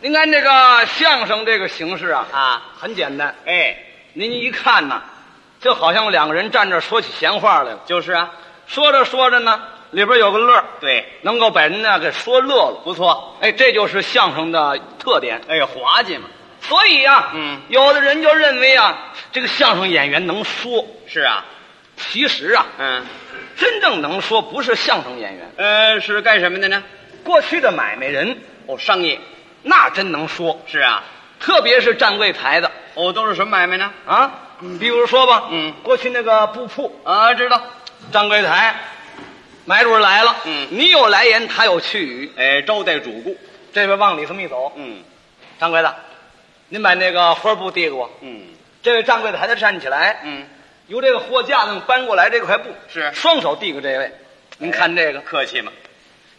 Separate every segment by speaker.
Speaker 1: 天这个相声这个形式啊，
Speaker 2: 啊，
Speaker 1: 很简单。
Speaker 2: 哎，
Speaker 1: 您一看呐，就好像两个人站这儿说起闲话来了。
Speaker 2: 就是啊，
Speaker 1: 说着说着呢，里边有个乐儿，
Speaker 2: 对，
Speaker 1: 能够把人呢给说乐了。
Speaker 2: 不错，
Speaker 1: 哎，这就是相声的特点。
Speaker 2: 哎，滑稽嘛，
Speaker 1: 所以呀、
Speaker 2: 嗯
Speaker 1: 有的人就认为啊，这个相声演员能说，
Speaker 2: 是啊，
Speaker 1: 其实啊，
Speaker 2: 嗯，
Speaker 1: 真正能说不是相声演员，
Speaker 2: 呃，是干什么的呢？
Speaker 1: 过去的买卖人
Speaker 2: 哦，商业，
Speaker 1: 那真能说，
Speaker 2: 是啊，
Speaker 1: 特别是站柜台的
Speaker 2: 哦，都是什么买卖呢？
Speaker 1: 啊，比如说吧，
Speaker 2: 嗯
Speaker 1: 过去那个布铺
Speaker 2: 啊，知道，
Speaker 1: 站柜台，买主来了，
Speaker 2: 嗯
Speaker 1: 你有来言，他有去语，
Speaker 2: 哎，招待主顾，
Speaker 1: 这位往里这么一走，
Speaker 2: 嗯
Speaker 1: 掌柜的，您把那个花布递给我。
Speaker 2: 嗯
Speaker 1: 这位站柜台的站起来，
Speaker 2: 嗯，
Speaker 1: 由这个货架那么搬过来这块布，
Speaker 2: 是哎
Speaker 1: 双手递给这位。您看这个，
Speaker 2: 客气嘛，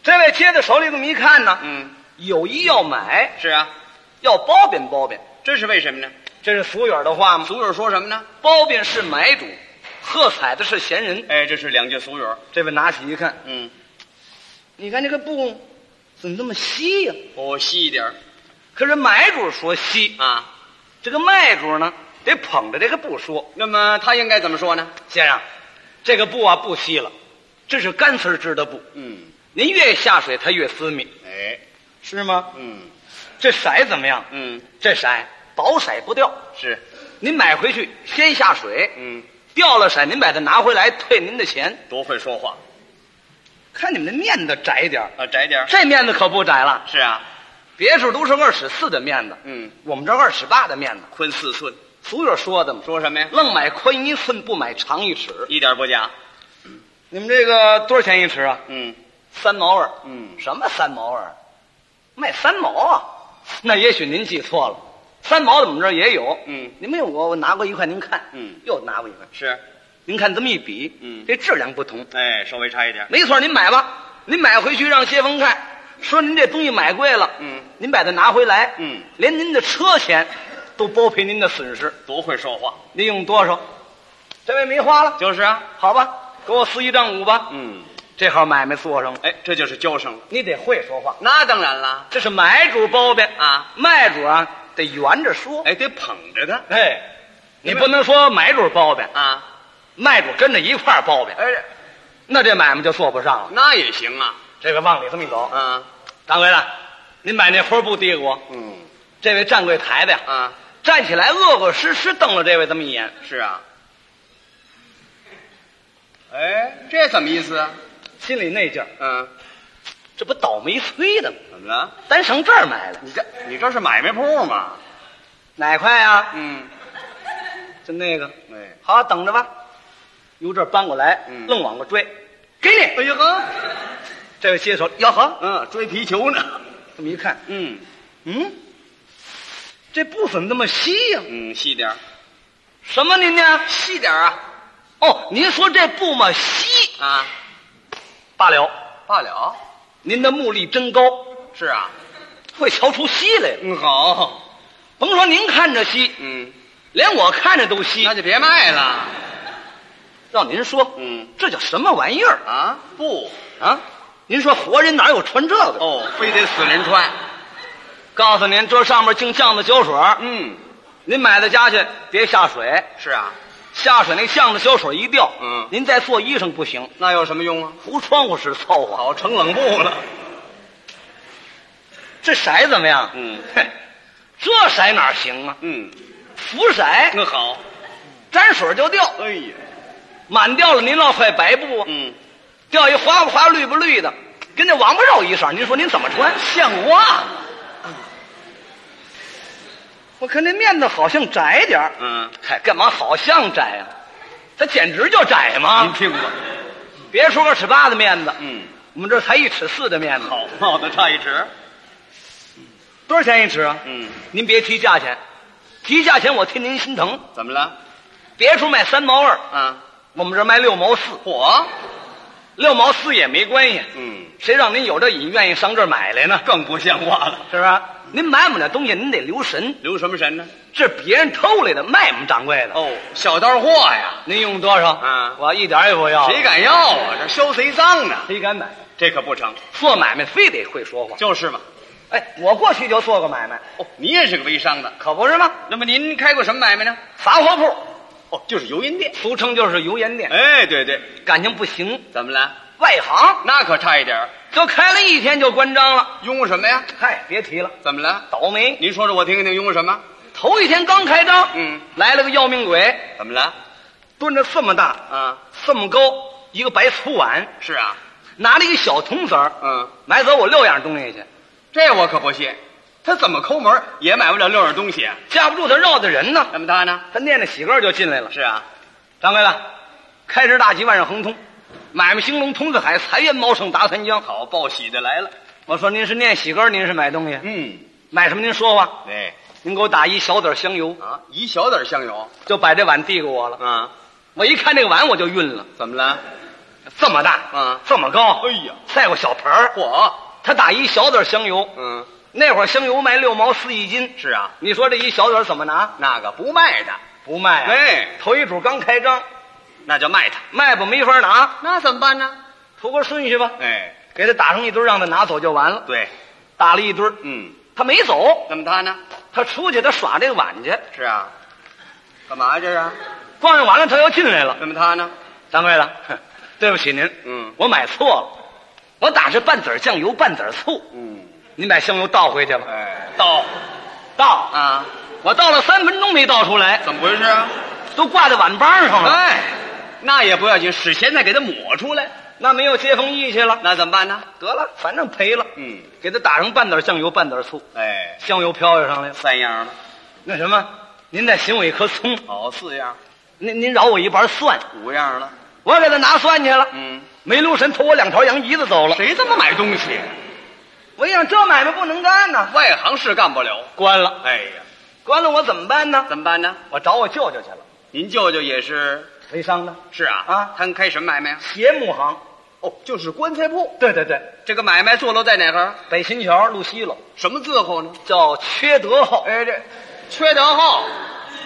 Speaker 1: 这位接在手里这么一看呢，
Speaker 2: 嗯，
Speaker 1: 有意要买，
Speaker 2: 是啊，
Speaker 1: 要包贬包贬，
Speaker 2: 这是为什么呢？
Speaker 1: 这是俗语儿的话吗？
Speaker 2: 俗语说什么呢？
Speaker 1: 包贬是买主，喝彩的是闲人。
Speaker 2: 哎，这是两句俗语，
Speaker 1: 这位拿起一看，
Speaker 2: 嗯，
Speaker 1: 你看这个布怎么这么稀呀、
Speaker 2: 哦，细一点儿
Speaker 1: 可是买主说稀，
Speaker 2: 啊。
Speaker 1: 这个卖主呢得捧着这个布说，
Speaker 2: 那么他应该怎么说呢？
Speaker 1: 先生，这个布啊不稀了，这是干丝织的布，
Speaker 2: 嗯，
Speaker 1: 您越下水它越私密，
Speaker 2: 哎，
Speaker 1: 是吗？
Speaker 2: 嗯
Speaker 1: 这色怎么样？
Speaker 2: 嗯，
Speaker 1: 这色薄色不掉，
Speaker 2: 是，
Speaker 1: 您买回去先下水，
Speaker 2: 嗯，
Speaker 1: 掉了色您把它拿回来退您的钱。
Speaker 2: 多会说话
Speaker 1: 看你们的面子窄一点儿，
Speaker 2: 啊，窄点儿
Speaker 1: 这面子可不窄了，
Speaker 2: 是啊，
Speaker 1: 别处都是二尺四的面子，
Speaker 2: 嗯，
Speaker 1: 我们这二尺八的面子。
Speaker 2: 宽四寸，
Speaker 1: 俗语说的嘛，
Speaker 2: 说什么呀？
Speaker 1: 愣买宽一寸，不买长一尺。
Speaker 2: 一点不假。
Speaker 1: 你们这个多少钱一尺啊？
Speaker 2: 嗯，
Speaker 1: 三毛二。
Speaker 2: 嗯
Speaker 1: 什么三毛二？卖三毛啊？那也许您记错了，三毛我们这儿也有。
Speaker 2: 嗯
Speaker 1: 您没有我我拿过一块，您看。
Speaker 2: 嗯
Speaker 1: 又拿过一块，
Speaker 2: 是，
Speaker 1: 您看这么一比，
Speaker 2: 嗯
Speaker 1: 这质量不同。
Speaker 2: 哎，稍微差一点。
Speaker 1: 没错，您买吧，您买回去让谢峰看，说您这东西买贵了。
Speaker 2: 嗯，
Speaker 1: 您把它拿回来。
Speaker 2: 嗯，
Speaker 1: 连您的车钱都包赔您的损失，
Speaker 2: 多会说话，
Speaker 1: 您用多少？这位没花了。
Speaker 2: 就是啊。
Speaker 1: 好吧，给我撕一张五吧。
Speaker 2: 嗯，
Speaker 1: 这号买卖做上了，
Speaker 2: 哎，这就是交上了。
Speaker 1: 你得会说话。
Speaker 2: 那当然啦，
Speaker 1: 这是买主包贬
Speaker 2: 啊，
Speaker 1: 卖主啊得圆着说。
Speaker 2: 哎，得捧着他
Speaker 1: 哎，你不能说买主包贬，
Speaker 2: 啊。
Speaker 1: 卖主跟着一块儿包贬，
Speaker 2: 哎，
Speaker 1: 那这买卖就做不上了。
Speaker 2: 那也行啊。
Speaker 1: 这个往里这么一走，
Speaker 2: 啊，
Speaker 1: 掌柜的，您把那花布递给我。
Speaker 2: 嗯
Speaker 1: 这位站柜台的呀，
Speaker 2: 啊，
Speaker 1: 站起来恶恶湿湿瞪了这位这么一眼，
Speaker 2: 是啊。哎，这怎么意思啊？
Speaker 1: 心里那劲儿，
Speaker 2: 嗯，
Speaker 1: 这不倒霉催的吗？
Speaker 2: 怎么了？
Speaker 1: 咱上这儿买的，
Speaker 2: 你这你这是买卖铺嘛？
Speaker 1: 哪块呀？
Speaker 2: 嗯，
Speaker 1: 就那个。
Speaker 2: 哎，
Speaker 1: 好，等着吧。由这儿搬过来，
Speaker 2: 嗯
Speaker 1: 愣往过追，给你。
Speaker 2: 呀哎呵，
Speaker 1: 这位接手，哟呵，
Speaker 2: 嗯，追皮球呢。
Speaker 1: 这么一看，
Speaker 2: 嗯
Speaker 1: 嗯，这布怎么那么稀呀、
Speaker 2: 嗯，细点儿，
Speaker 1: 什么您呢？
Speaker 2: 细点儿啊
Speaker 1: 哦，您说这布嘛稀
Speaker 2: 啊，
Speaker 1: 罢了，
Speaker 2: 罢了。
Speaker 1: 您的目力真高，
Speaker 2: 是啊，
Speaker 1: 会瞧出稀来了。
Speaker 2: 嗯好，
Speaker 1: 甭说您看着稀，
Speaker 2: 嗯，
Speaker 1: 连我看着都稀
Speaker 2: 那。就别卖了
Speaker 1: 让您说，
Speaker 2: 嗯，
Speaker 1: 这叫什么玩意儿
Speaker 2: 啊！不，
Speaker 1: 啊？您说活人哪有穿这个？
Speaker 2: 哦，非得死人穿。
Speaker 1: 告诉您，这上面净酱子酒水儿，
Speaker 2: 嗯，
Speaker 1: 您买到家去别下水。
Speaker 2: 是啊，
Speaker 1: 下水那巷子胶水一掉，
Speaker 2: 嗯
Speaker 1: 您再做衣裳不行，
Speaker 2: 那有什么用啊？
Speaker 1: 糊窗户是凑合。
Speaker 2: 好，成冷布了。
Speaker 1: 这色怎么样？
Speaker 2: 嗯
Speaker 1: 嘿，这色哪行啊？
Speaker 2: 嗯，
Speaker 1: 浮色
Speaker 2: 那好。
Speaker 1: 沾水就掉，
Speaker 2: 哎呀，
Speaker 1: 满掉了您落块白布啊，
Speaker 2: 嗯，
Speaker 1: 掉一花不花绿不绿的，跟那王八肉一色，您说您怎么穿？像话吗？
Speaker 2: 嗯
Speaker 1: 我看这面子好像窄点儿
Speaker 2: 嗯，
Speaker 1: 嗨，干嘛好像窄呀、它简直就窄嘛！
Speaker 2: 听过。
Speaker 1: 别说二尺八的面子，
Speaker 2: 嗯，
Speaker 1: 我们这才一尺四的面子。
Speaker 2: 好，帽子差一尺。
Speaker 1: 多少钱一尺啊？
Speaker 2: 嗯，
Speaker 1: 您别提价钱，提价钱我替您心疼。
Speaker 2: 怎么了？
Speaker 1: 别处卖三毛二，
Speaker 2: 啊，
Speaker 1: 我们这儿卖六毛四，
Speaker 2: 火。
Speaker 1: 六毛四也没关系。
Speaker 2: 嗯，
Speaker 1: 谁让您有这瘾，愿意上这儿买来呢？
Speaker 2: 更不像话了。
Speaker 1: 是不是？您买我们的东西，您得留神，
Speaker 2: 留什么神呢？
Speaker 1: 这别人偷来的，卖我们掌柜的。
Speaker 2: 哦，小道货呀，
Speaker 1: 您用多少？
Speaker 2: 啊
Speaker 1: 我一点儿也不要。
Speaker 2: 谁？敢要啊？这收贼赃呢？
Speaker 1: 谁敢买？
Speaker 2: 这可不成。
Speaker 1: 做买卖非得会说话。
Speaker 2: 就是嘛。
Speaker 1: 哎，我过去就做过买卖，
Speaker 2: 哦，你也是个微商的。
Speaker 1: 可不是吗？
Speaker 2: 那么您开过什么买卖呢？
Speaker 1: 杂货铺，
Speaker 2: 哦，就是油盐店。
Speaker 1: 俗称就是油盐店。
Speaker 2: 哎，对对，
Speaker 1: 感情不行，
Speaker 2: 怎么了？
Speaker 1: 外行
Speaker 2: 那可差一点儿
Speaker 1: 就开了一天就关张了。
Speaker 2: 拥什么呀？
Speaker 1: 嗨，别提了，
Speaker 2: 怎么了？
Speaker 1: 倒霉。
Speaker 2: 您说说我听听，拥什么？
Speaker 1: 头一天刚开张，
Speaker 2: 嗯，
Speaker 1: 来了个要命鬼，
Speaker 2: 怎么了？
Speaker 1: 蹲着这么大，
Speaker 2: 啊，
Speaker 1: 这么高，一个白粗碗，
Speaker 2: 是啊，
Speaker 1: 拿了一个小铜子儿，
Speaker 2: 嗯，
Speaker 1: 买走我六样东西去，
Speaker 2: 这我可不信。他怎么抠门儿也买不了六样东西啊？
Speaker 1: 架不住他绕的人呢。
Speaker 2: 那么他呢？
Speaker 1: 他念着喜歌就进来了。
Speaker 2: 是啊，
Speaker 1: 掌柜的，开市大吉，万事亨通，买卖兴隆，通四海，财源茂盛，达三江。
Speaker 2: 好报喜的来了。
Speaker 1: 我说您是念喜歌，您是买东西，
Speaker 2: 嗯，
Speaker 1: 买什么您说话，
Speaker 2: 哎，
Speaker 1: 您给我打一小子儿香油，
Speaker 2: 啊，一小点儿香油。
Speaker 1: 就把这碗递给我了。
Speaker 2: 啊，
Speaker 1: 我一看这个碗我就晕了，
Speaker 2: 怎么了？
Speaker 1: 这么大，
Speaker 2: 嗯
Speaker 1: 这么高，
Speaker 2: 哎呀，
Speaker 1: 赛过小盆儿，
Speaker 2: 嚯，
Speaker 1: 他打一小子儿香油，
Speaker 2: 嗯，
Speaker 1: 那会儿香油卖六毛四一斤，
Speaker 2: 是啊，
Speaker 1: 你说这一小子儿怎么拿？
Speaker 2: 那个不卖的，
Speaker 1: 不卖啊！
Speaker 2: 哎，
Speaker 1: 头一主刚开张，
Speaker 2: 那就卖他。
Speaker 1: 卖吧没法拿，
Speaker 2: 那怎么办呢？
Speaker 1: 图个顺序吧，
Speaker 2: 哎，
Speaker 1: 给他打上一堆儿，让他拿走就完了。
Speaker 2: 对，
Speaker 1: 打了一堆儿，
Speaker 2: 嗯，
Speaker 1: 他没走，
Speaker 2: 那么他呢？
Speaker 1: 他出去他耍这个碗去，
Speaker 2: 是啊，干嘛这是？啊
Speaker 1: 逛上完了他又进来了。
Speaker 2: 那么他呢？
Speaker 1: 掌柜的，哼对不起您，
Speaker 2: 嗯
Speaker 1: 我买错了，我打是半子儿酱油，半子儿醋，
Speaker 2: 嗯，
Speaker 1: 您把香油倒回去吧。
Speaker 2: 哎，
Speaker 1: 倒，倒，
Speaker 2: 啊，
Speaker 1: 我倒了三分钟没倒出来，
Speaker 2: 怎么回事啊？
Speaker 1: 都挂在碗帮上了。
Speaker 2: 哎，那也不要紧，使钱再给他抹出来，
Speaker 1: 那没有接风义气了，
Speaker 2: 那怎么办呢？
Speaker 1: 得了，反正赔了，
Speaker 2: 嗯，
Speaker 1: 给他打上半子儿酱油，半子儿醋，
Speaker 2: 哎，
Speaker 1: 香油飘悠上来了。
Speaker 2: 三样了，
Speaker 1: 那什么，您再行我一颗葱，
Speaker 2: 好，四样，
Speaker 1: 您您饶我一盘蒜，
Speaker 2: 五样了，
Speaker 1: 我给他拿蒜去了，
Speaker 2: 嗯，
Speaker 1: 没留神偷我两条羊胰子走了。
Speaker 2: 谁这么买东西？
Speaker 1: 我一想这买卖不能干呐，
Speaker 2: 外行是干不了。
Speaker 1: 关了，
Speaker 2: 哎呀，
Speaker 1: 关了我怎么办呢？
Speaker 2: 怎么办呢？
Speaker 1: 我找我舅舅去了，
Speaker 2: 您舅舅也是，
Speaker 1: 微商的
Speaker 2: 是啊，
Speaker 1: 啊
Speaker 2: 他开什么买卖呀？
Speaker 1: 鞋木行。
Speaker 2: 哦，就是棺材铺。
Speaker 1: 对对对，
Speaker 2: 这个买卖坐落在哪儿？
Speaker 1: 北新桥路西楼
Speaker 2: 什么字号呢？
Speaker 1: 叫缺德号。
Speaker 2: 哎，这啊缺德号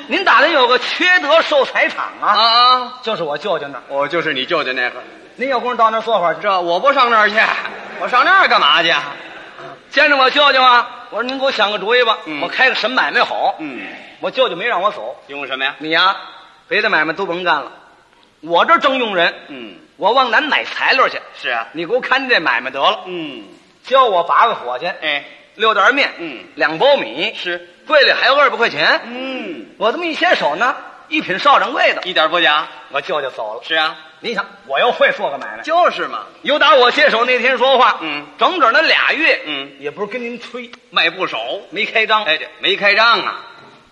Speaker 1: 您打听有个缺德寿材厂啊，
Speaker 2: 啊啊！
Speaker 1: 就是我舅舅那儿。
Speaker 2: 哦，就是你舅舅那个。
Speaker 1: 您有空到那儿坐会儿去。
Speaker 2: 这我不上那儿去，我上那儿干嘛去？啊
Speaker 1: 见着我舅舅啊，我说您给我想个主意吧，
Speaker 2: 嗯
Speaker 1: 我开个什么买卖好？
Speaker 2: 嗯，
Speaker 1: 我舅舅没让我走，
Speaker 2: 用什么呀？
Speaker 1: 你呀、别的买卖都甭干了，我这儿征用人，
Speaker 2: 嗯，
Speaker 1: 我往南买材料去。
Speaker 2: 是啊。
Speaker 1: 你给我看这买卖得了，
Speaker 2: 嗯，
Speaker 1: 教我八个火去，
Speaker 2: 哎，
Speaker 1: 六袋面，
Speaker 2: 嗯，
Speaker 1: 两包米，
Speaker 2: 是，
Speaker 1: 柜里还有二百块钱。
Speaker 2: 嗯，
Speaker 1: 我这么一牵手呢，一品少掌柜的，
Speaker 2: 一点不假。
Speaker 1: 我舅舅走了。
Speaker 2: 是啊，
Speaker 1: 你想，我又会做个买卖，
Speaker 2: 就是嘛，
Speaker 1: 有打我接手那天说话，
Speaker 2: 嗯，
Speaker 1: 整整那俩月，
Speaker 2: 嗯，
Speaker 1: 也不是跟您吹，
Speaker 2: 卖不少。
Speaker 1: 没开张。
Speaker 2: 哎，这没开张啊，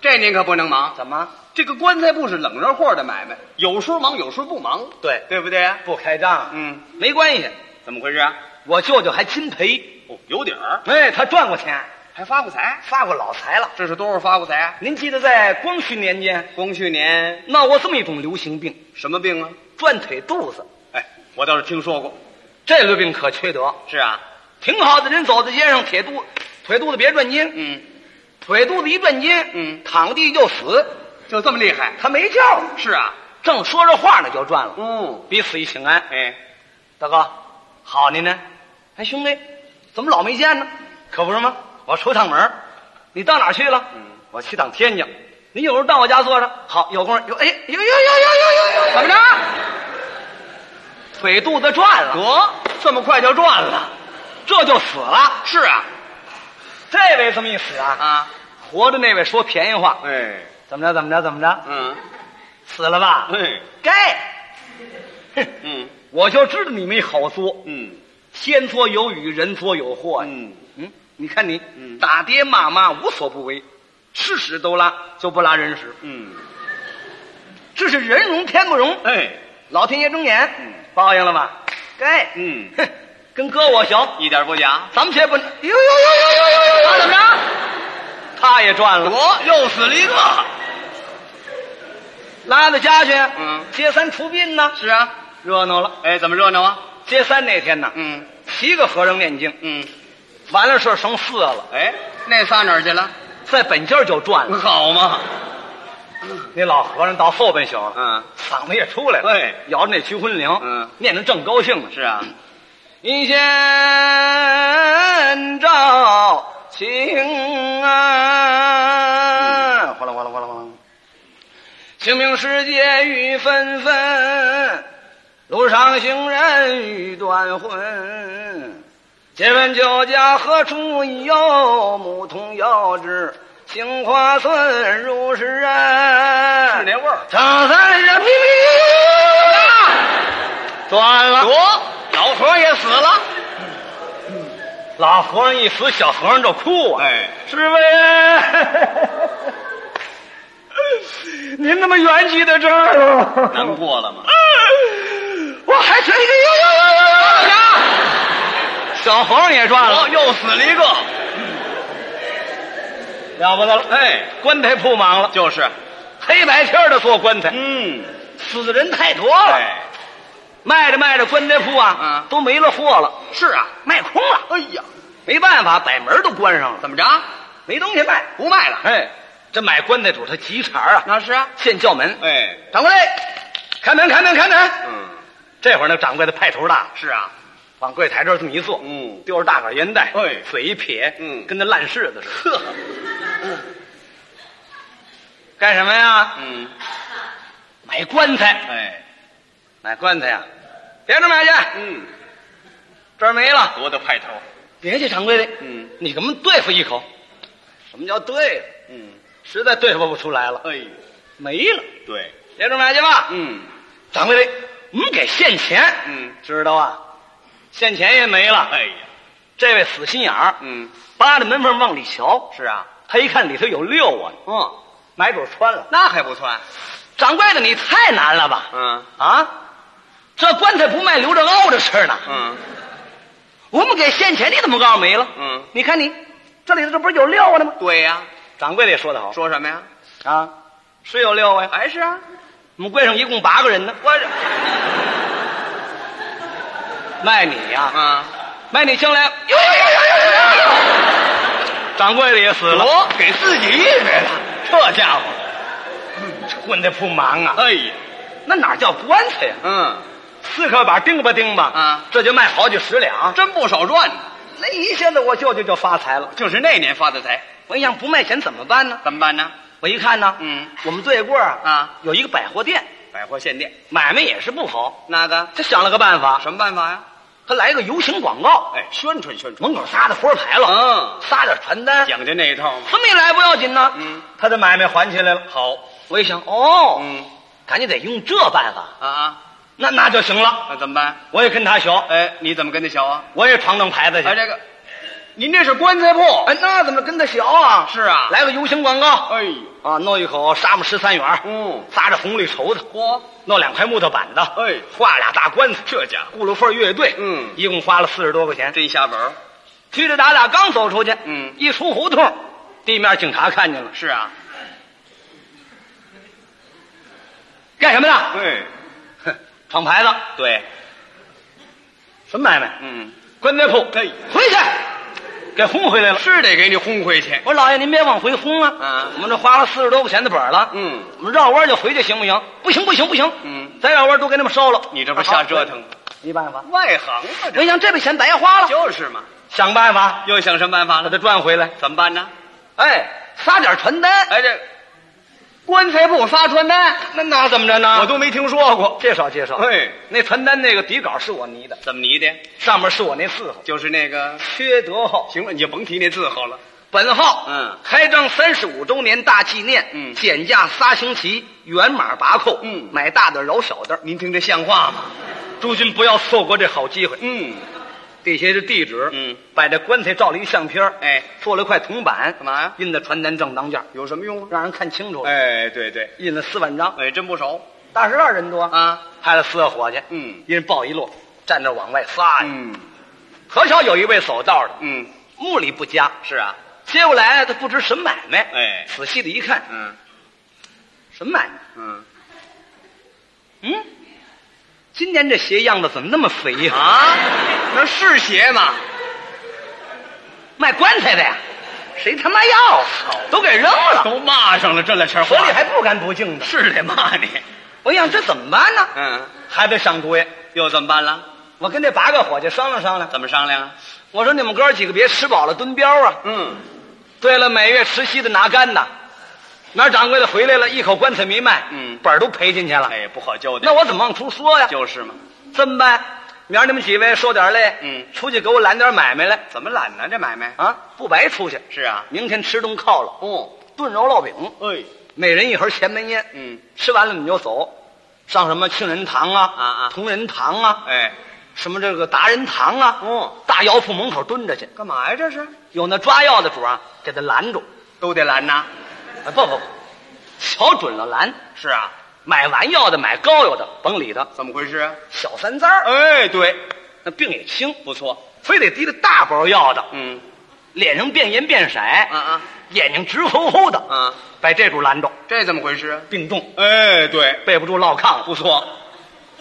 Speaker 2: 这您可不能忙。
Speaker 1: 怎么？
Speaker 2: 这个棺材铺是冷热货的买卖，有时候忙，有时候不忙，
Speaker 1: 对，
Speaker 2: 对不对啊？
Speaker 1: 不开张，
Speaker 2: 嗯，
Speaker 1: 没关系，
Speaker 2: 怎么回事啊？
Speaker 1: 我舅舅还真赔，
Speaker 2: 哦，有底儿，
Speaker 1: 哎，他赚过钱，
Speaker 2: 还发过财，
Speaker 1: 发过老财了。
Speaker 2: 这是多少发过财啊？
Speaker 1: 您记得在光绪年间
Speaker 2: 光绪年
Speaker 1: 闹过这么一种流行病
Speaker 2: 什么病啊？
Speaker 1: ——转腿肚子，
Speaker 2: 哎，我倒是听说过。
Speaker 1: 这类病可缺德。
Speaker 2: 是啊，
Speaker 1: 挺好的人走在街上，铁肚腿肚子别转筋，
Speaker 2: 嗯，
Speaker 1: 腿肚子一转筋，
Speaker 2: 嗯
Speaker 1: 躺地就死。
Speaker 2: 就这么厉害。
Speaker 1: 他没叫，
Speaker 2: 是啊，
Speaker 1: 正说着话呢就转了，
Speaker 2: 嗯，
Speaker 1: 彼此一请安。
Speaker 2: 哎，
Speaker 1: 大哥，好您呢？哎，兄弟，怎么老没见呢？可不是吗？我出趟门儿，你到哪儿去了？
Speaker 2: 嗯，
Speaker 1: 我去趟天津。你有时候到我家坐着，好，有空有哎，呦呦呦呦呦呦呦，
Speaker 2: 怎么着？
Speaker 1: 腿肚子转了，
Speaker 2: 得，这么快就赚了？
Speaker 1: 这就死了。
Speaker 2: 是啊，
Speaker 1: 这位这么一死啊，
Speaker 2: 啊，
Speaker 1: 活着那位说便宜话，
Speaker 2: 哎，
Speaker 1: 怎么着怎么着怎么着，
Speaker 2: 嗯，
Speaker 1: 死了吧？
Speaker 2: 哎，
Speaker 1: 该，哼，
Speaker 2: 嗯，
Speaker 1: 我就知道你没好作，
Speaker 2: 嗯，
Speaker 1: 天作有雨，人作有祸呀。
Speaker 2: 嗯，
Speaker 1: 嗯，你看你，
Speaker 2: 嗯
Speaker 1: 打爹骂妈无所不为，吃屎都拉，就不拉人屎，
Speaker 2: 嗯，
Speaker 1: 这是人容天不容，
Speaker 2: 哎，
Speaker 1: 老天爷睁眼，
Speaker 2: 嗯
Speaker 1: 报应了吧？该，
Speaker 2: 嗯
Speaker 1: 哼，跟哥我学，
Speaker 2: 一点不假。
Speaker 1: 咱们学不？呦呦呦呦呦呦呦呦，
Speaker 2: 怎么着？
Speaker 1: 他也赚了，
Speaker 2: 得，又死了一个。
Speaker 1: 拉到家去，
Speaker 2: 嗯
Speaker 1: 接三除病呢，
Speaker 2: 是啊，
Speaker 1: 热闹了。
Speaker 2: 哎，怎么热闹啊？
Speaker 1: 接三那天呢，
Speaker 2: 嗯
Speaker 1: 七个和尚念经，
Speaker 2: 嗯，
Speaker 1: 完了事儿剩四了，
Speaker 2: 哎，那仨哪儿去了？
Speaker 1: 在本家就赚了。
Speaker 2: 好嘛，
Speaker 1: 那老和尚到后半宿了，
Speaker 2: 嗯，
Speaker 1: 嗓子也出来了，
Speaker 2: 对，
Speaker 1: 摇着那曲魂铃，
Speaker 2: 嗯
Speaker 1: 念得正
Speaker 2: 啊
Speaker 1: 高兴呢。
Speaker 2: 是啊，
Speaker 1: 一见照情啊！哗啦哗啦哗啦哗啦！清明时节雨纷纷，路上行人欲断魂。借问酒家何处有？牧童遥指杏花村。如是啊，
Speaker 2: 是那味儿。
Speaker 1: 唱三声，噼噼断了。
Speaker 2: 得，啊老和尚也死了。
Speaker 1: 老和尚一死，小和尚就哭啊！
Speaker 2: 哎，
Speaker 1: 师呗， 您那么元气在这儿啊？
Speaker 2: 难过了吗？
Speaker 1: 我还真是
Speaker 2: 哎
Speaker 1: 有
Speaker 2: 呀，
Speaker 1: 小和尚也赚
Speaker 2: 哦，
Speaker 1: 了，
Speaker 2: 又死了一个。
Speaker 1: 了不得了！
Speaker 2: 哎，
Speaker 1: 棺材铺满了，
Speaker 2: 就是，
Speaker 1: 黑白天儿的做棺材，
Speaker 2: 嗯，
Speaker 1: 死的人太多了。
Speaker 2: 哎，
Speaker 1: 卖着卖着，棺材铺啊
Speaker 2: 嗯，
Speaker 1: 都没了货了，
Speaker 2: 是啊。
Speaker 1: 卖空了。
Speaker 2: 哎呀，
Speaker 1: 没办法，把门都关上了，
Speaker 2: 怎么着？
Speaker 1: 没东西卖。
Speaker 2: 不卖了？
Speaker 1: 哎，这买棺材主他急茬儿啊，
Speaker 2: 那是啊。
Speaker 1: 现叫门。
Speaker 2: 哎，
Speaker 1: 掌柜，开门，开门，开门！
Speaker 2: 嗯，
Speaker 1: 这会儿那掌柜的派头大，
Speaker 2: 是啊。
Speaker 1: 往柜台这儿这么一坐，
Speaker 2: 嗯
Speaker 1: 丢着大杆烟袋，
Speaker 2: 哎
Speaker 1: 嘴一撇，
Speaker 2: 嗯
Speaker 1: 跟那烂柿子似的。呵，嗯干什么呀？
Speaker 2: 嗯，
Speaker 1: 买棺材，
Speaker 2: 哎，
Speaker 1: 买棺材呀！别处买去，
Speaker 2: 嗯，
Speaker 1: 这儿没了。
Speaker 2: 多大派头？
Speaker 1: 别去，掌柜的，
Speaker 2: 嗯
Speaker 1: 你给我们对付一口。什么叫对付？
Speaker 2: 嗯，
Speaker 1: 实在对付不出来了，
Speaker 2: 哎，
Speaker 1: 没了。
Speaker 2: 对，
Speaker 1: 别处买去吧。
Speaker 2: 嗯
Speaker 1: 掌柜的，我们给现钱，
Speaker 2: 嗯，
Speaker 1: 知道啊？现钱也没了。
Speaker 2: 哎呀，
Speaker 1: 这位死心眼儿，
Speaker 2: 嗯，
Speaker 1: 扒着门缝往里瞧，
Speaker 2: 是啊，
Speaker 1: 他一看里头有六啊，
Speaker 2: 嗯，
Speaker 1: 买主穿了。
Speaker 2: 那还不算。
Speaker 1: 掌柜的，你太难了吧？
Speaker 2: 嗯
Speaker 1: 啊，这棺材不卖，留着沤着吃呢。
Speaker 2: 嗯
Speaker 1: 我们给现钱，你怎么告诉没了？
Speaker 2: 嗯，
Speaker 1: 你看你这里头这不是有六啊的吗？
Speaker 2: 对呀。
Speaker 1: 掌柜的也说得好
Speaker 2: 说什么呀？
Speaker 1: 啊，是有六啊。
Speaker 2: 还是啊，
Speaker 1: 我们柜上一共八个人呢，
Speaker 2: 我这
Speaker 1: 卖你呀，
Speaker 2: 啊，
Speaker 1: 卖你将来。呦呦呦呦呦呦呦！掌柜的也死了，
Speaker 2: 我给自己一杯了。
Speaker 1: 这家伙混的不忙啊！
Speaker 2: 哎呀，
Speaker 1: 那哪叫棺材呀？
Speaker 2: 嗯，
Speaker 1: 四克板钉吧钉吧，
Speaker 2: 啊
Speaker 1: 这就卖好几十两。
Speaker 2: 真不少赚呢。
Speaker 1: 那一下子我舅舅就发财了。
Speaker 2: 就是那年发的财，
Speaker 1: 我一想不卖钱怎么办呢？
Speaker 2: 怎么办呢？
Speaker 1: 我一看呢，
Speaker 2: 嗯，
Speaker 1: 我们对过啊
Speaker 2: 啊
Speaker 1: 有一个百货店，
Speaker 2: 百货限店，
Speaker 1: 买卖也是不好。
Speaker 2: 那个
Speaker 1: 他想了个办法，
Speaker 2: 什么办法呀？
Speaker 1: 他来个游行广告，
Speaker 2: 哎，宣传宣传，
Speaker 1: 门口撒的佛牌了，
Speaker 2: 嗯
Speaker 1: 撒点传单，
Speaker 2: 讲究那一套嘛。
Speaker 1: 这么一来不要紧呢，
Speaker 2: 嗯，
Speaker 1: 他的买卖还起来了。
Speaker 2: 好，
Speaker 1: 我一想，哦，
Speaker 2: 嗯
Speaker 1: 赶紧得用这办法，
Speaker 2: 啊啊，
Speaker 1: 那那就行了。
Speaker 2: 那怎么办？
Speaker 1: 我也跟他学，
Speaker 2: 哎，你怎么跟他学啊？
Speaker 1: 我也扛弄牌子去。
Speaker 2: 哎，这个，您这是棺材铺？
Speaker 1: 哎，那怎么跟他学啊？
Speaker 2: 是啊
Speaker 1: 来个游行广告，
Speaker 2: 哎，
Speaker 1: 啊，弄一口沙漠十三元，
Speaker 2: 嗯，
Speaker 1: 撒着红绿绸子，
Speaker 2: 嚯，
Speaker 1: 弄两块木头板子，
Speaker 2: 哎
Speaker 1: 画俩大棺材，
Speaker 2: 这家伙
Speaker 1: 顾了份乐队，
Speaker 2: 嗯
Speaker 1: 一共花了四十多块钱。
Speaker 2: 真下本儿。
Speaker 1: 踢着打打刚走出去，
Speaker 2: 嗯
Speaker 1: 一出胡同，地面警察看见了，
Speaker 2: 是啊，
Speaker 1: 干什么呢？
Speaker 2: 对
Speaker 1: 闯牌子，
Speaker 2: 对，
Speaker 1: 什么买卖？
Speaker 2: 嗯，
Speaker 1: 棺材铺，
Speaker 2: 哎
Speaker 1: 回去，给轰回来了。
Speaker 2: 是得给你轰回去。
Speaker 1: 我说老爷，您别往回轰啊！
Speaker 2: 嗯
Speaker 1: 我们这花了四十多块钱的本儿了，
Speaker 2: 嗯，
Speaker 1: 我们绕弯就回去行不行？不行，不行，不行，
Speaker 2: 嗯，
Speaker 1: 再绕弯都给他们烧了。
Speaker 2: 你这不瞎折腾
Speaker 1: 啊，没办法，
Speaker 2: 外行啊，
Speaker 1: 我想这笔钱白花了，
Speaker 2: 就是嘛。
Speaker 1: 想办法
Speaker 2: 又想什么办法
Speaker 1: 把
Speaker 2: 了？
Speaker 1: 它赚回来。
Speaker 2: 怎么办呢？
Speaker 1: 哎，撒点传单，
Speaker 2: 哎，这棺材铺发传单，
Speaker 1: 那那怎么着呢？
Speaker 2: 我都没听说过。
Speaker 1: 介绍介绍。
Speaker 2: 哎，
Speaker 1: 那传单那个底稿是我拟的，
Speaker 2: 怎么你的？
Speaker 1: 上面是我那字号，
Speaker 2: 就是那个，
Speaker 1: 缺德号。
Speaker 2: 行了，你就甭提那字号了。
Speaker 1: 本号，
Speaker 2: 嗯
Speaker 1: 开张三十五周年大纪念，
Speaker 2: 嗯
Speaker 1: 减价仨星期，原码八扣，
Speaker 2: 嗯
Speaker 1: 买大的饶小的。
Speaker 2: 您听这像话吗？
Speaker 1: 诸君不要错过这好机会。
Speaker 2: 嗯，
Speaker 1: 这些是地址，
Speaker 2: 嗯，
Speaker 1: 把这棺材照了一相片儿
Speaker 2: 哎，
Speaker 1: 做了块铜板，
Speaker 2: 干嘛呀
Speaker 1: 印在传单正当间儿，
Speaker 2: 有什么用啊？
Speaker 1: 让人看清楚了。
Speaker 2: 哎，对对，
Speaker 1: 印了四万张，
Speaker 2: 哎，真不少
Speaker 1: 大石栏人多，
Speaker 2: 啊。
Speaker 1: 派了四个伙计，
Speaker 2: 嗯
Speaker 1: 一人抱一摞，站那儿往外撒呀。
Speaker 2: 嗯
Speaker 1: 可巧有一位走道的，
Speaker 2: 嗯，
Speaker 1: 目力不佳，
Speaker 2: 是啊，
Speaker 1: 接过来他不知什么买卖，
Speaker 2: 哎，
Speaker 1: 仔细的一看，
Speaker 2: 嗯
Speaker 1: 什么买卖？
Speaker 2: 嗯
Speaker 1: 嗯，今年这鞋样子怎么那么肥呀、
Speaker 2: 啊，那是鞋吗？
Speaker 1: 卖棺材的呀，谁他妈要啊？都给扔了，
Speaker 2: 都骂上了这两天
Speaker 1: 手
Speaker 2: 话
Speaker 1: 里还不干不净的。
Speaker 2: 是得骂你。
Speaker 1: 我想这怎么办呢？
Speaker 2: 嗯，
Speaker 1: 还得上主意。
Speaker 2: 又怎么办了？
Speaker 1: 我跟这八个伙计商量商量，
Speaker 2: 怎么商量啊？
Speaker 1: 我说你们哥几个别吃饱了蹲膘啊！
Speaker 2: 嗯，
Speaker 1: 对了，每月吃息的拿干呐。哪儿掌柜的回来了，一口棺材没卖，
Speaker 2: 嗯
Speaker 1: 本儿都赔进去了。
Speaker 2: 哎，不好交代
Speaker 1: 那，我怎么往出说呀？
Speaker 2: 就是嘛。
Speaker 1: 这么办，明儿你们几位受点累，
Speaker 2: 嗯
Speaker 1: 出去给我揽点买卖来
Speaker 2: 怎么懒呢？这买卖
Speaker 1: 啊，不白出去。
Speaker 2: 是啊，
Speaker 1: 明天吃顿犒劳，
Speaker 2: 哦，
Speaker 1: 炖肉烙饼，
Speaker 2: 哎，
Speaker 1: 每人一盒前门烟。
Speaker 2: 嗯，
Speaker 1: 吃完了你就走，上什么庆仁堂啊，
Speaker 2: 啊啊
Speaker 1: 同仁堂啊，
Speaker 2: 哎，
Speaker 1: 什么这个达仁堂啊，
Speaker 2: 哦，
Speaker 1: 大药铺门口蹲着去，
Speaker 2: 干嘛呀？这是
Speaker 1: 有那抓药的主啊，给他拦住。
Speaker 2: 都得懒呐。
Speaker 1: 啊，不不不，瞧准了拦，
Speaker 2: 是啊，
Speaker 1: 买完药的买膏药的甭理他，
Speaker 2: 怎么回事啊？
Speaker 1: 小三灾儿，
Speaker 2: 哎，对，
Speaker 1: 那病也轻，
Speaker 2: 不错。
Speaker 1: 非得提着大包药的，
Speaker 2: 嗯，
Speaker 1: 脸上变颜变色，
Speaker 2: 啊啊
Speaker 1: 眼睛直乎乎的，
Speaker 2: 啊，
Speaker 1: 把这主拦住，
Speaker 2: 这怎么回事啊？
Speaker 1: 病重，
Speaker 2: 哎，对，
Speaker 1: 背不住落炕了。
Speaker 2: 不错。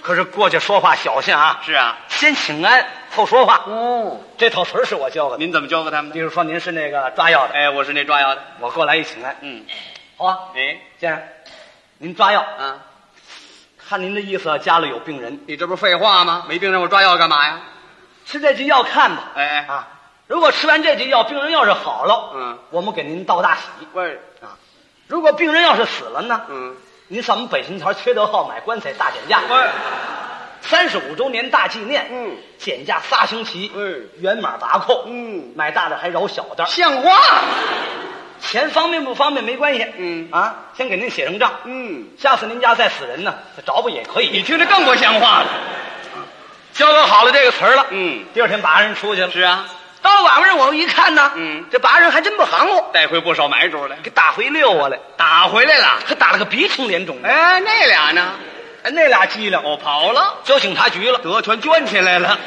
Speaker 1: 可是过去说话小心啊，
Speaker 2: 是啊。
Speaker 1: 先请安后说话。
Speaker 2: 哦，
Speaker 1: 这套词儿是我教的。
Speaker 2: 您怎么教给他们
Speaker 1: 比
Speaker 2: 的？
Speaker 1: 如说您是那个抓药的，
Speaker 2: 哎，我是那抓药的。
Speaker 1: 我过来一请安，
Speaker 2: 嗯，
Speaker 1: 好啊，
Speaker 2: 哎，
Speaker 1: 先生，您抓药，
Speaker 2: 啊，
Speaker 1: 看您的意思啊，家里有病人，
Speaker 2: 你这不是废话吗？没病让我抓药干嘛呀？
Speaker 1: 吃这剂药看吧。
Speaker 2: 哎哎，
Speaker 1: 啊，如果吃完这剂药，病人要是好了，
Speaker 2: 嗯，
Speaker 1: 我们给您道大喜
Speaker 2: 喂，
Speaker 1: 啊。如果病人要是死了呢，
Speaker 2: 嗯，
Speaker 1: 您上我们北新桥缺德号买棺材大减价，
Speaker 2: 喂，
Speaker 1: 三十五周年大纪念，
Speaker 2: 嗯，
Speaker 1: 减价仨星期，
Speaker 2: 嗯，
Speaker 1: 原码八扣，
Speaker 2: 嗯
Speaker 1: 买大的还饶小的，
Speaker 2: 像话。
Speaker 1: 钱方便不方便没关系，
Speaker 2: 嗯
Speaker 1: 啊，先给您写上账，
Speaker 2: 嗯，
Speaker 1: 下次您家再死人呢，找补也可以。
Speaker 2: 你听着更不像话了。
Speaker 1: 交流好了这个词儿了，
Speaker 2: 嗯，
Speaker 1: 第二天拔人出去了。
Speaker 2: 是啊，
Speaker 1: 到了晚上我们一看呢，
Speaker 2: 嗯
Speaker 1: 这拔人还真不含糊，
Speaker 2: 带回不少买主来，
Speaker 1: 给打回六我来，
Speaker 2: 打回来了。
Speaker 1: 还打了个鼻青脸肿的。
Speaker 2: 哎，那俩呢？
Speaker 1: 哎，那俩机灵，
Speaker 2: 哦，跑了，
Speaker 1: 交警察局了。
Speaker 2: 德全捐起来了，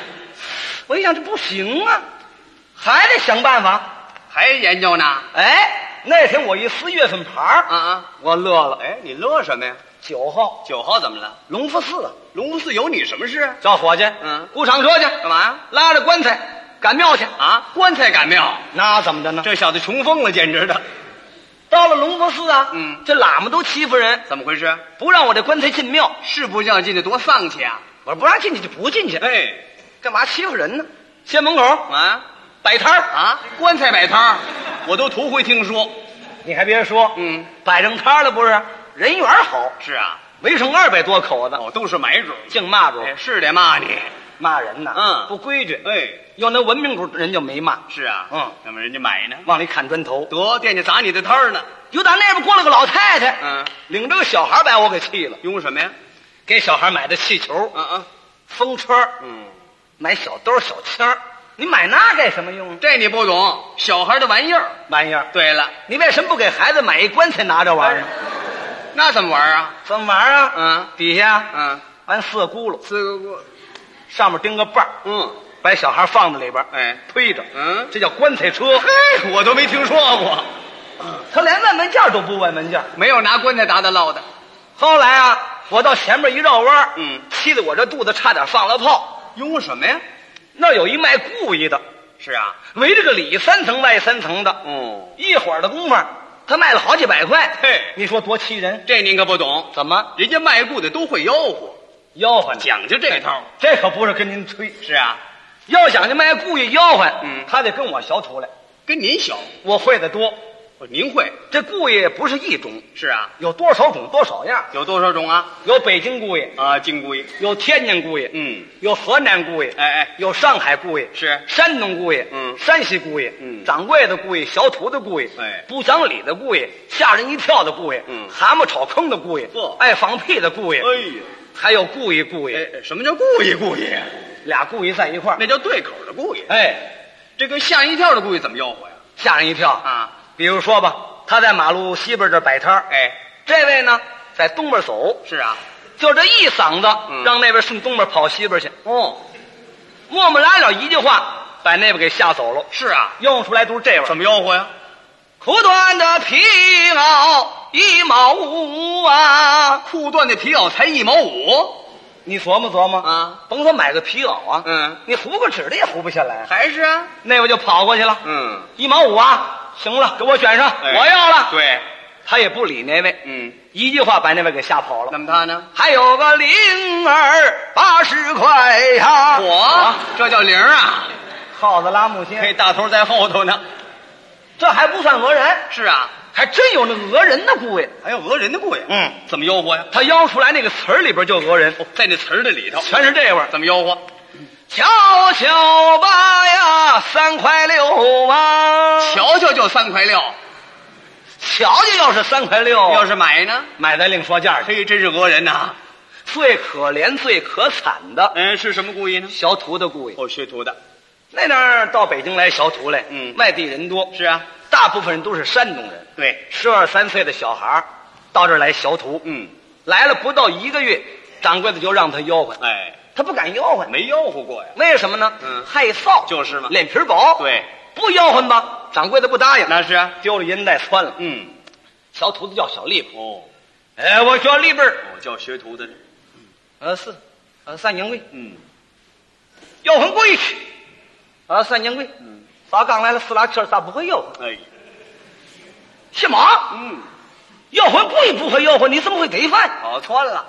Speaker 1: 我一想这不行啊，还得想办法。
Speaker 2: 还研究呢？
Speaker 1: 哎，那天我一撕月份牌
Speaker 2: 啊
Speaker 1: 儿，
Speaker 2: 啊！
Speaker 1: 我乐了。
Speaker 2: 哎，你乐什么呀？
Speaker 1: 九号
Speaker 2: 九号怎么了？
Speaker 1: 隆福寺啊
Speaker 2: 隆福寺有你什么事？
Speaker 1: 找伙计，
Speaker 2: 嗯
Speaker 1: 雇厂车去，
Speaker 2: 干嘛呀？
Speaker 1: 拉着棺材赶庙去。
Speaker 2: 啊，棺材赶庙，
Speaker 1: 那怎么的呢？
Speaker 2: 这小子穷疯了，简直的！
Speaker 1: 到了隆福寺啊，
Speaker 2: 嗯
Speaker 1: 这喇嘛都欺负人，
Speaker 2: 怎么回事？
Speaker 1: 不让我这棺材进庙。
Speaker 2: 是不叫进去多丧气啊！
Speaker 1: 我说不让进去就不进去，
Speaker 2: 哎，
Speaker 1: 干嘛欺负人呢？县门口
Speaker 2: 啊
Speaker 1: 摆摊儿，
Speaker 2: 啊，棺材摆摊儿，我都头回听说。
Speaker 1: 你还别说，
Speaker 2: 嗯，
Speaker 1: 摆正摊儿了不是？人缘好，
Speaker 2: 是啊，
Speaker 1: 围上二百多口子，
Speaker 2: 哦，都是买主。
Speaker 1: 净骂主，
Speaker 2: 哎，是得骂你。
Speaker 1: 骂人呐，
Speaker 2: 嗯
Speaker 1: 不规矩。
Speaker 2: 哎，
Speaker 1: 要那文明主人就没骂，
Speaker 2: 是啊，
Speaker 1: 嗯，
Speaker 2: 那么人家买呢，
Speaker 1: 往里砍砖头。
Speaker 2: 得惦记砸你的摊儿呢。
Speaker 1: 就打那边过来个老太太，
Speaker 2: 嗯，
Speaker 1: 领着个小孩儿把我给气了，
Speaker 2: 用什么呀？
Speaker 1: 给小孩买的气球、
Speaker 2: 啊啊，
Speaker 1: 风车儿，
Speaker 2: 嗯，
Speaker 1: 买小兜儿、小签儿，你买那干什么用啊？
Speaker 2: 这你不懂，小孩的玩意儿。
Speaker 1: 玩意儿，
Speaker 2: 对了，
Speaker 1: 你为什么不给孩子买一棺材拿着玩儿呢？
Speaker 2: 那怎么玩啊？
Speaker 1: 哎怎么玩儿啊？
Speaker 2: 嗯
Speaker 1: 底下
Speaker 2: 嗯，
Speaker 1: 按四个轱辘，
Speaker 2: 四个锅，
Speaker 1: 上面钉个把儿，
Speaker 2: 嗯，
Speaker 1: 把小孩放在里边儿，
Speaker 2: 哎，
Speaker 1: 推着，
Speaker 2: 嗯，
Speaker 1: 这叫棺材车。
Speaker 2: 嘿，我都没听说过，
Speaker 1: 他连问门价都不问门价。
Speaker 2: 没有拿棺材打打闹的。
Speaker 1: 后来啊，我到前面一绕弯儿，
Speaker 2: 嗯
Speaker 1: 气得我这肚子差点放了泡。
Speaker 2: 用什么呀？
Speaker 1: 那儿有一卖故意的，
Speaker 2: 是啊，
Speaker 1: 围着个里三层外三层的，
Speaker 2: 嗯，
Speaker 1: 一会儿的功夫，他卖了好几百块。
Speaker 2: 嘿
Speaker 1: 你说多气人？
Speaker 2: 这您可不懂，
Speaker 1: 怎么
Speaker 2: 人家卖布的都会吆喝，
Speaker 1: 吆喝呢？
Speaker 2: 讲究这套。
Speaker 1: 这可不是跟您吹，
Speaker 2: 是啊，
Speaker 1: 要想这卖故意吆喝，
Speaker 2: 嗯
Speaker 1: 他得跟我学徒来，
Speaker 2: 跟您小，
Speaker 1: 我会的多。
Speaker 2: 哦您会。
Speaker 1: 这故意不是一种，
Speaker 2: 是啊，
Speaker 1: 有多少种多少样，
Speaker 2: 有多少种啊？
Speaker 1: 有北京故意，
Speaker 2: 啊，金龟，
Speaker 1: 有天津故意，
Speaker 2: 嗯，
Speaker 1: 有河南故意，
Speaker 2: 哎哎，
Speaker 1: 有上海故意，
Speaker 2: 是
Speaker 1: 山东故意，
Speaker 2: 嗯
Speaker 1: 山西故意，
Speaker 2: 嗯
Speaker 1: 掌柜的故意，小土的故意，
Speaker 2: 哎
Speaker 1: 不讲理的故意，吓人一跳的故意，
Speaker 2: 嗯
Speaker 1: 蛤蟆炒坑的故意，
Speaker 2: 嚯
Speaker 1: 爱放屁的故意，
Speaker 2: 呀，
Speaker 1: 还有故意故意，
Speaker 2: 哎，什么叫故意故意？
Speaker 1: 俩故意在一块儿，
Speaker 2: 那叫对口的故意。
Speaker 1: 哎，
Speaker 2: 这个吓人一跳的故意怎么吆喝呀？
Speaker 1: 吓人一跳。
Speaker 2: 啊，
Speaker 1: 比如说吧，他在马路西边这儿摆摊儿，
Speaker 2: 哎，
Speaker 1: 这位呢在东边走，
Speaker 2: 是啊，
Speaker 1: 就这一嗓子，
Speaker 2: 嗯
Speaker 1: 让那边顺东边跑西边去，
Speaker 2: 哦，
Speaker 1: 磨磨拉了一句话，把那边给吓走了。
Speaker 2: 是啊，
Speaker 1: 用出来都是这味儿
Speaker 2: 怎。么吆喝呀？
Speaker 1: 苦短的皮袄一毛五啊！
Speaker 2: 裤缎的皮袄才一毛五
Speaker 1: 你琢磨琢磨，
Speaker 2: 啊，
Speaker 1: 甭说买个皮袄啊，
Speaker 2: 嗯，
Speaker 1: 你糊个纸的也糊不下来。
Speaker 2: 还是啊，
Speaker 1: 那位就跑过去了，
Speaker 2: 嗯，
Speaker 1: 一毛五啊，行了，给我卷上，
Speaker 2: 哎
Speaker 1: 我要了。
Speaker 2: 对，
Speaker 1: 他也不理那位，
Speaker 2: 嗯，
Speaker 1: 一句话把那位给吓跑
Speaker 2: 那
Speaker 1: 了。
Speaker 2: 么他呢？
Speaker 1: 还有个零儿八十块呀、啊
Speaker 2: 我这叫零啊，
Speaker 1: 耗子拉木
Speaker 2: 嘿，
Speaker 1: 锨，
Speaker 2: 大头在后头呢。
Speaker 1: 这还不算讹人，
Speaker 2: 是啊，
Speaker 1: 还真有那讹人的部位。
Speaker 2: 还有哎讹人的故意。
Speaker 1: 嗯，
Speaker 2: 怎么吆喝呀？
Speaker 1: 他吆出来那个词儿里边就讹人，
Speaker 2: 哦，在那词儿的里头，
Speaker 1: 全是这味儿。
Speaker 2: 怎么吆喝？
Speaker 1: 瞧瞧吧呀，三块六啊！
Speaker 2: 瞧瞧就三块六，
Speaker 1: 瞧瞧，要是三块六，
Speaker 2: 要是买呢？
Speaker 1: 买咱另说价去。
Speaker 2: 嘿，真是讹人呐！
Speaker 1: 最可怜、最可惨的，
Speaker 2: 嗯，是什么故意呢？
Speaker 1: 学徒的故意。
Speaker 2: 哦，学徒的。
Speaker 1: 那哪儿到北京来学徒来？
Speaker 2: 嗯
Speaker 1: 外地人多，
Speaker 2: 是啊，
Speaker 1: 大部分人都是山东人，
Speaker 2: 对，
Speaker 1: 十二三岁的小孩儿到这儿来学徒，
Speaker 2: 嗯，
Speaker 1: 来了不到一个月，掌柜的就让他吆喝，
Speaker 2: 哎，
Speaker 1: 他不敢吆喝，
Speaker 2: 没吆喝过呀。
Speaker 1: 为什么呢？
Speaker 2: 嗯
Speaker 1: 害臊，
Speaker 2: 就是嘛
Speaker 1: 脸皮儿薄，，
Speaker 2: 对，
Speaker 1: 不吆喝吧，掌柜的不答应，
Speaker 2: 那是啊。
Speaker 1: 丢了银袋窜了。
Speaker 2: 嗯，
Speaker 1: 小徒子叫小利谱，
Speaker 2: 哦，
Speaker 1: 哎，我叫利本儿，
Speaker 2: 我叫学徒的。
Speaker 1: 呃是，呃三年贵，
Speaker 2: 嗯，
Speaker 1: 吆喝贵去，啊三年贵，
Speaker 2: 嗯，
Speaker 1: 咱刚来了四拉圈儿，咋不会吆喝？
Speaker 2: 哎，
Speaker 1: 什么？
Speaker 2: 嗯，
Speaker 1: 吆喝贵不会吆喝，你怎么会逮饭？
Speaker 2: 好穿了。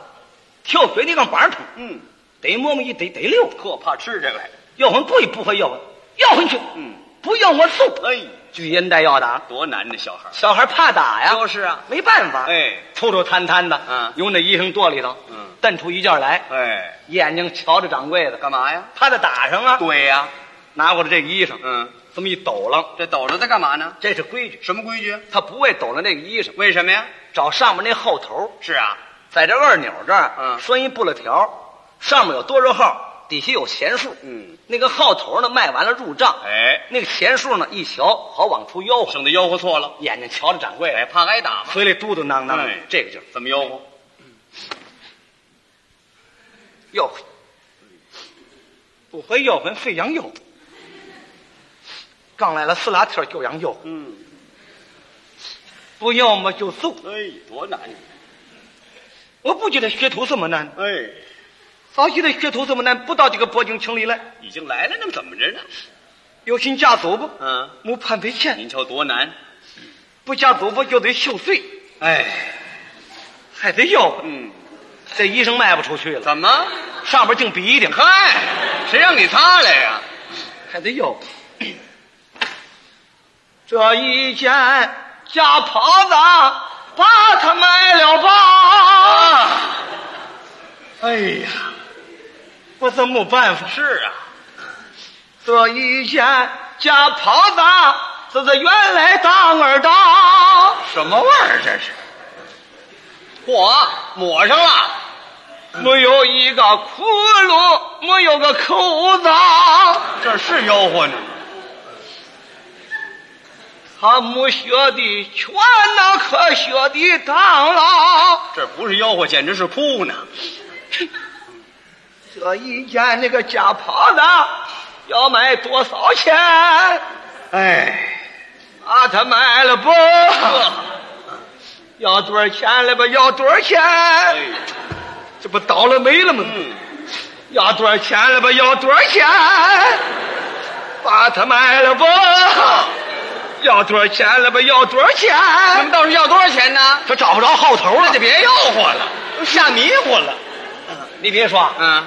Speaker 1: 跳嘴你刚板桶，
Speaker 2: 嗯，
Speaker 1: 逮馍馍一逮逮六，
Speaker 2: 呵，怕吃这个来。
Speaker 1: 吆喝贵不会吆喝，吆喝去，
Speaker 2: 嗯，
Speaker 1: 不要我揍。
Speaker 2: 哎，
Speaker 1: 举烟袋要打，
Speaker 2: 多难呢，小孩儿。
Speaker 1: 小孩怕打呀，
Speaker 2: 就是啊。
Speaker 1: 没办法，，
Speaker 2: 哎，
Speaker 1: 抽抽摊摊的，
Speaker 2: 嗯
Speaker 1: 由那衣裳垛里头，
Speaker 2: 嗯，
Speaker 1: 瞪出一件来，
Speaker 2: 哎，
Speaker 1: 眼睛瞧着掌柜的，
Speaker 2: 干嘛呀？
Speaker 1: 怕他打上啊，
Speaker 2: 对呀。
Speaker 1: 拿过来这个衣裳，
Speaker 2: 嗯，
Speaker 1: 这么一抖楞，
Speaker 2: 这抖着在干嘛呢？
Speaker 1: 这是规矩，
Speaker 2: 什么规矩？
Speaker 1: 他不为抖楞这个衣裳，
Speaker 2: 为什么呀？
Speaker 1: 找上面那后头，
Speaker 2: 是啊，
Speaker 1: 在这二钮这儿，
Speaker 2: 嗯
Speaker 1: 拴一布勒条，上面有多少号，底下有钱数，
Speaker 2: 嗯，
Speaker 1: 那个号头呢卖完了入账，
Speaker 2: 哎，
Speaker 1: 那个钱数呢一瞧，好往出吆喝，
Speaker 2: 省得吆喝错了，
Speaker 1: 眼睛瞧着掌柜
Speaker 2: 哎，
Speaker 1: 的，
Speaker 2: 怕挨打嘛。
Speaker 1: 嘴里嘟嘟囔囔的
Speaker 2: 哎，
Speaker 1: 这个劲儿，
Speaker 2: 怎么吆喝？
Speaker 1: 吆喝，不会吆喝沸羊吆，刚来了四拉天儿就羊吆，
Speaker 2: 嗯，
Speaker 1: 不要么就揍。
Speaker 2: 哎，多难呀！
Speaker 1: 我不觉得学徒这么难，
Speaker 2: 哎，
Speaker 1: 早期的学徒这么难，不到这个博景城里来，
Speaker 2: 已经来了，那么怎么着呢？
Speaker 1: 有心嫁走不？
Speaker 2: 嗯，
Speaker 1: 没判赔钱，
Speaker 2: 您瞧多难。
Speaker 1: 不嫁走不就得受罪，
Speaker 2: 哎，
Speaker 1: 还得吆喝。
Speaker 2: 嗯，
Speaker 1: 这衣裳卖不出去了，
Speaker 2: 怎么？
Speaker 1: 上边净比一顶，
Speaker 2: 嗨，谁让你擦来呀？
Speaker 1: 还得吆喝。这一件假袍子，把它卖了吧。
Speaker 2: 啊！哎呀，
Speaker 1: 我怎么办法？
Speaker 2: 是啊，
Speaker 1: 这一件假袍子，这是原来当儿当。
Speaker 2: 什么味儿这是？嚯，抹上了，
Speaker 1: 没有一个窟窿，没有个口子，
Speaker 2: 这是吆喝呢。
Speaker 1: 他没学的全那可学的当了。
Speaker 2: 这不是吆喝，简直是哭呢。
Speaker 1: 这一件那个假袍子要卖多少钱？
Speaker 2: 哎，
Speaker 1: 啊，他卖了不？要多少钱了吧？要多少钱？
Speaker 2: 哎，
Speaker 1: 这不倒了霉了吗？
Speaker 2: 嗯，
Speaker 1: 要多少钱了吧？要多少钱？把它卖了不？要多少钱了吧？要多少钱？
Speaker 2: 你们倒是要多少钱呢？
Speaker 1: 他找不着后头
Speaker 2: 那
Speaker 1: 了
Speaker 2: 就。别吆喝了，吓迷糊了。
Speaker 1: 你别说，
Speaker 2: 嗯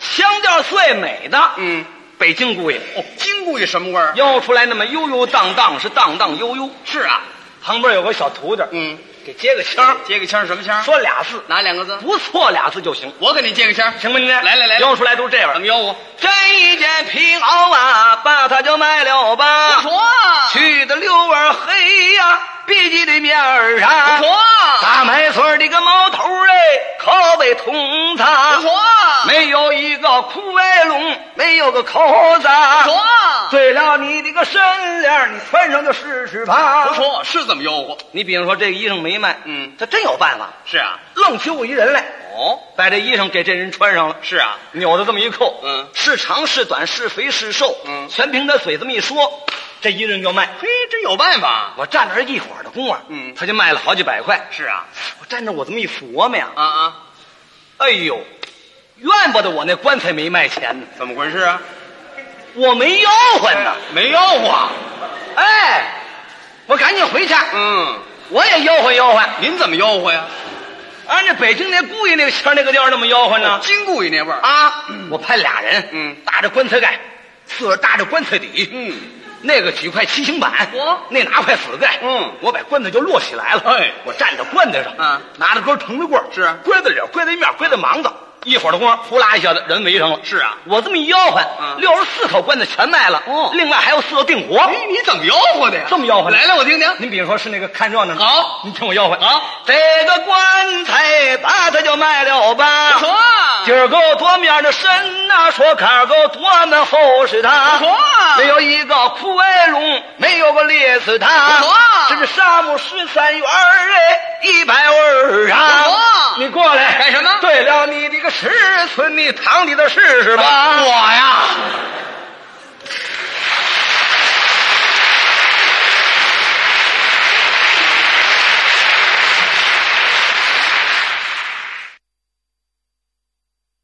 Speaker 1: 腔调最美的，
Speaker 2: 嗯，
Speaker 1: 北京姑爷
Speaker 2: 哦，金故意什么味儿？
Speaker 1: 吆出来那么悠悠荡荡，是荡荡悠悠。
Speaker 2: 是啊，
Speaker 1: 旁边有个小徒弟，
Speaker 2: 嗯，
Speaker 1: 给接个腔，
Speaker 2: 接个腔儿什么腔儿？
Speaker 1: 说俩字，
Speaker 2: 哪两个字？
Speaker 1: 不错俩字就行，
Speaker 2: 我给你接个腔儿，
Speaker 1: 行不？您来
Speaker 2: 来来来
Speaker 1: 吆出来都是这样
Speaker 2: 怎。么吆喝？
Speaker 1: 这一件皮袄啊，把它就卖了吧。
Speaker 2: 不错啊，
Speaker 1: 去的六儿黑呀、笔记的面儿
Speaker 2: 不
Speaker 1: 啊，
Speaker 2: 错啊，
Speaker 1: 大麦村儿的个毛头儿哎，拷贝通
Speaker 2: 不
Speaker 1: 他，
Speaker 2: 错啊，
Speaker 1: 没有一个枯外龙，没有个口子，
Speaker 2: 不错啊，
Speaker 1: 对了你的个身脸儿，你穿上就试试吧。
Speaker 2: 不，错，是怎么吆喝？
Speaker 1: 你比如说这个衣裳没卖，
Speaker 2: 嗯
Speaker 1: 他真有办法，
Speaker 2: 是啊，
Speaker 1: 愣取我一人来，
Speaker 2: 哦，
Speaker 1: 把这衣裳给这人穿上了。
Speaker 2: 是啊，
Speaker 1: 扭着这么一扣，
Speaker 2: 嗯
Speaker 1: 是长是短，是肥是瘦，
Speaker 2: 嗯
Speaker 1: 全凭他嘴这么一说，这一人就卖。
Speaker 2: 嘿，真有办法，
Speaker 1: 我站那儿一会儿的功夫，
Speaker 2: 嗯
Speaker 1: 他就卖了好几百块。
Speaker 2: 是啊，
Speaker 1: 我站那儿我这么一琢磨呀，
Speaker 2: 啊啊，
Speaker 1: 哎呦，怨不得我那棺材没卖钱呢，
Speaker 2: 怎么回事啊？
Speaker 1: 我没吆喝呢。
Speaker 2: 没吆喝，
Speaker 1: 哎，我赶紧回去，
Speaker 2: 嗯，
Speaker 1: 我也吆喝吆喝。
Speaker 2: 您怎么吆喝呀？
Speaker 1: 按照北京那故意那啊个腔儿那个调儿那么吆喝呢。
Speaker 2: 金故意那味儿，
Speaker 1: 啊，我派俩人，
Speaker 2: 嗯
Speaker 1: 搭着棺材盖，四儿搭着棺材底，
Speaker 2: 嗯，
Speaker 1: 那个举块七星板，
Speaker 2: 哦
Speaker 1: 那拿块死盖，
Speaker 2: 嗯
Speaker 1: 我把棺材就摞起来了，
Speaker 2: 哎
Speaker 1: 我站在棺材上，
Speaker 2: 啊
Speaker 1: 拿着根藤子棍儿，
Speaker 2: 是
Speaker 1: 跪在这儿，跪在一面，跪在盲子。一会儿的功夫，呼啦一下子人围上了。
Speaker 2: 是啊
Speaker 1: 我这么一吆喝，
Speaker 2: 嗯
Speaker 1: 六十四口棺材全卖了。
Speaker 2: 哦
Speaker 1: 另外还有四个订活。
Speaker 2: 哎，你怎么吆喝的呀？
Speaker 1: 这么吆喝的
Speaker 2: 来来，我听听。
Speaker 1: 您比如说是那个看热闹的，
Speaker 2: 好
Speaker 1: 你听我吆喝
Speaker 2: 好
Speaker 1: 这个棺材把它就卖了吧。今
Speaker 2: 错，
Speaker 1: 儿个多面的身呐、说坎儿个多么厚实它。
Speaker 2: 不错
Speaker 1: 没有一个枯萎龙，没有个裂死它。
Speaker 2: 不错
Speaker 1: 这是沙漠十三元儿哎，一百二
Speaker 2: 不
Speaker 1: 啊
Speaker 2: 错！
Speaker 1: 你过来
Speaker 2: 干什么
Speaker 1: 对了，你这个尺寸，你躺你的试试吧。
Speaker 2: 我呀，